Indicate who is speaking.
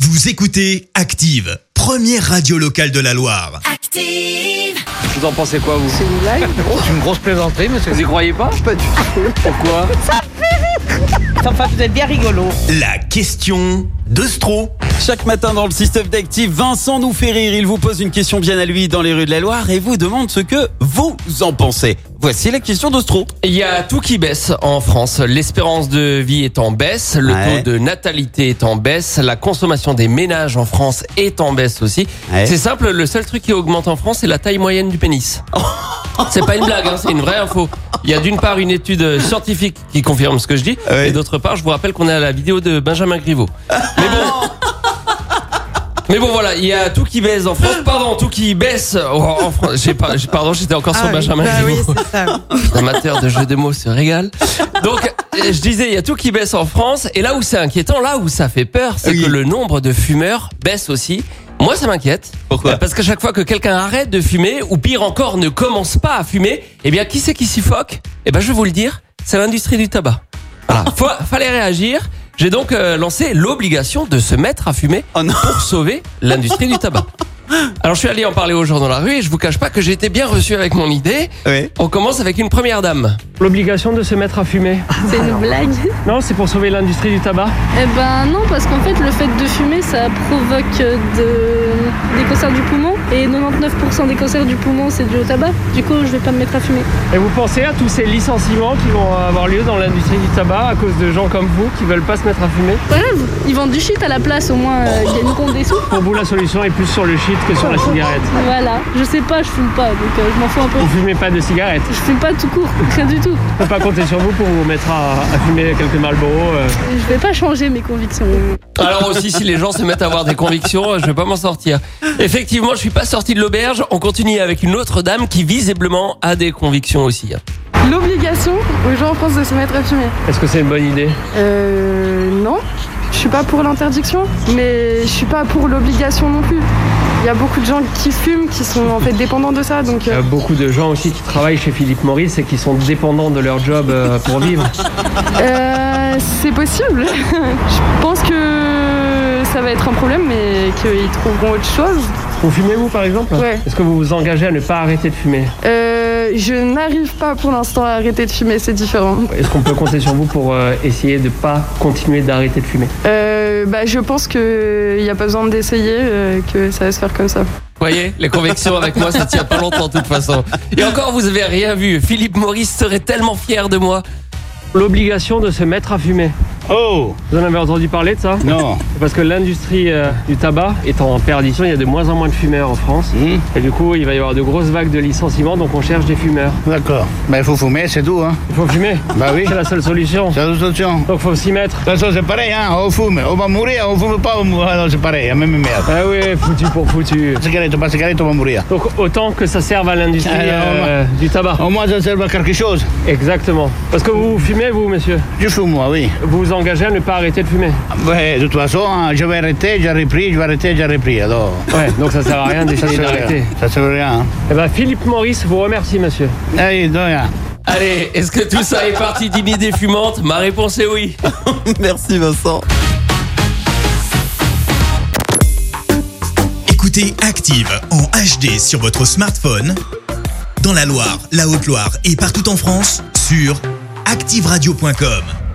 Speaker 1: Vous écoutez Active, première radio locale de la Loire.
Speaker 2: Active.
Speaker 3: Vous en pensez quoi, vous
Speaker 4: C'est une blague
Speaker 3: C'est une grosse plaisanterie, monsieur. Vous y croyez pas
Speaker 4: Pas du tout.
Speaker 3: Pourquoi
Speaker 4: Enfin, vous êtes bien rigolo.
Speaker 1: La question de Stro.
Speaker 5: Chaque matin dans le système d'actifs, Vincent nous fait rire. Il vous pose une question bien à lui dans les rues de la Loire et vous demande ce que vous en pensez. Voici la question d'Ostro.
Speaker 6: Il y a tout qui baisse en France. L'espérance de vie est en baisse, le
Speaker 5: Ouais.
Speaker 6: taux de natalité est en baisse, la consommation des ménages en France est en baisse aussi.
Speaker 5: Ouais.
Speaker 6: C'est simple, le seul truc qui augmente en France, c'est la taille moyenne du pénis. C'est pas une blague, hein, c'est une vraie info. Il y a d'une part une étude scientifique qui confirme ce que je dis,
Speaker 5: Ouais.
Speaker 6: et d'autre part, je vous rappelle qu'on est à la vidéo de Benjamin Griveaux. Mais bon. Mais bon voilà, il y a tout qui baisse en France. Pardon, tout qui baisse en France. J'ai pas- j'ai- pardon, j'étais encore
Speaker 5: Ah
Speaker 6: sur Benjamin
Speaker 5: Bah
Speaker 6: Griveaux. Amateur de jeux de mots se régale. Donc, euh, je disais, il y a tout qui baisse en France. Et là où c'est inquiétant, là où ça fait peur, c'est
Speaker 5: Oui.
Speaker 6: que le nombre de fumeurs baisse aussi. Moi, ça m'inquiète.
Speaker 5: Pourquoi
Speaker 6: Euh, Parce qu'à chaque fois que quelqu'un arrête de fumer, ou pire encore, ne commence pas à fumer, eh bien, qui c'est qui s'y foque Eh bien, je vais vous le dire, c'est l'industrie du tabac.
Speaker 5: Ah.
Speaker 6: Voilà. Faut- fallait réagir. J'ai donc euh, lancé l'obligation de se mettre à fumer
Speaker 5: Oh non.
Speaker 6: pour sauver l'industrie du tabac. Alors, je suis allé en parler aux gens dans la rue et je vous cache pas que j'ai été bien reçu avec mon idée.
Speaker 1: Ah,
Speaker 5: Oui.
Speaker 6: On commence avec une première dame.
Speaker 7: L'obligation de se mettre à fumer.
Speaker 8: C'est une blague
Speaker 7: Non, c'est pour sauver l'industrie du tabac.
Speaker 8: Eh ben non, parce qu'en fait, le fait de fumer, ça provoque euh, de- des cancers du poumon. Et 99% des cancers du poumon, c'est dû au tabac. Du coup, je vais pas me mettre à fumer.
Speaker 7: Et vous pensez à tous ces licenciements qui vont avoir lieu dans l'industrie du tabac à cause de gens comme vous qui veulent pas se mettre à fumer
Speaker 8: Pas grave, ils vendent du shit à la place, au moins, euh, ils gagneront des sous.
Speaker 7: Pour vous, la solution est plus sur le shit que sur la cigarette.
Speaker 8: Voilà, je sais pas, je fume pas, donc euh, je m'en fous un peu.
Speaker 7: Vous fumez pas de cigarette.
Speaker 8: Je fume pas tout court, rien du tout.
Speaker 7: Je peux pas compter sur vous pour vous mettre à, à fumer quelques Marlboro. euh.
Speaker 8: Je vais pas changer mes convictions.
Speaker 6: Alors aussi, si les gens se mettent à avoir des convictions, euh, je vais pas m'en sortir. Effectivement, je suis pas sorti de l'auberge. On continue avec une autre dame qui visiblement a des convictions aussi. hein.
Speaker 9: l'obligation aux gens en France de se mettre à fumer.
Speaker 7: Est-ce que c'est une bonne idée
Speaker 9: Euh non, je suis pas pour l'interdiction, mais je suis pas pour l'obligation non plus. Il y a beaucoup de gens qui fument, qui sont en fait dépendants de ça, donc
Speaker 7: Il y
Speaker 9: euh,
Speaker 7: a beaucoup de gens aussi qui travaillent chez Philippe Maurice et qui sont dépendants de leur job euh, pour vivre.
Speaker 9: euh, c'est possible. je pense que ça va être un problème, mais qu'ils trouveront autre chose.
Speaker 7: Vous fumez vous par exemple
Speaker 9: Ouais.
Speaker 7: Est-ce que vous vous engagez à ne pas arrêter de fumer
Speaker 9: Euh, je n'arrive pas pour l'instant à arrêter de fumer, c'est différent.
Speaker 7: Est-ce qu'on peut compter sur vous pour euh, essayer de pas continuer d'arrêter de fumer
Speaker 9: Euh, bah, je pense qu'il n'y a pas besoin d'essayer, euh, que ça va se faire comme ça.
Speaker 6: Vous voyez, les convictions avec moi, ça tient pas longtemps de toute façon. Et encore, vous avez rien vu. Philippe Maurice serait tellement fier de moi.
Speaker 7: L'obligation de se mettre à fumer.
Speaker 10: Oh
Speaker 7: Vous en avez entendu parler de ça
Speaker 10: non
Speaker 7: C'est Parce que l'industrie euh, du tabac est en perdition, il y a de moins en moins de fumeurs en France.
Speaker 10: Hmm,
Speaker 7: Et du coup, il va y avoir de grosses vagues de licenciements, donc on cherche des fumeurs.
Speaker 10: D'accord. Ben il faut fumer, c'est tout hein.
Speaker 7: Il faut fumer,
Speaker 10: Bah oui,
Speaker 7: c'est la seule solution.
Speaker 10: c'est la solution.
Speaker 7: Donc faut s'y mettre.
Speaker 10: De toute façon c'est pareil hein, on fume, on va mourir, on fume pas, on mourra, non, c'est pareil, la même merde.
Speaker 7: Ah oui, foutu pour foutu.
Speaker 10: Cigarette, pas cigarette, on va mourir.
Speaker 7: Donc autant que ça serve à l'industrie
Speaker 10: Alors,
Speaker 7: euh, du tabac.
Speaker 10: Au moins ça sert à quelque chose.
Speaker 7: Exactement. Parce que vous fumez, vous, monsieur.
Speaker 10: Je fume moi, oui.
Speaker 7: Vous vous engagez à ne pas arrêter de fumer.
Speaker 10: Ouais, de toute façon, hein, je vais arrêter, j'ai repris, je vais arrêter, j'ai repris. Alors,
Speaker 7: Ouais, donc ça sert à rien
Speaker 10: ça
Speaker 7: d'essayer
Speaker 10: sert à rien.
Speaker 7: d'arrêter.
Speaker 10: Ça sert à rien. hein.
Speaker 7: Eh ben, Philippe Maurice vous remercie, monsieur.
Speaker 10: Allez, de rien.
Speaker 6: Allez, est-ce que tout ça est parti d'une idée fumante Ma réponse est oui.
Speaker 5: Merci Vincent.
Speaker 1: Écoutez Active en HD sur votre smartphone, dans la Loire, la Haute-Loire et partout en France, sur activeradio.com.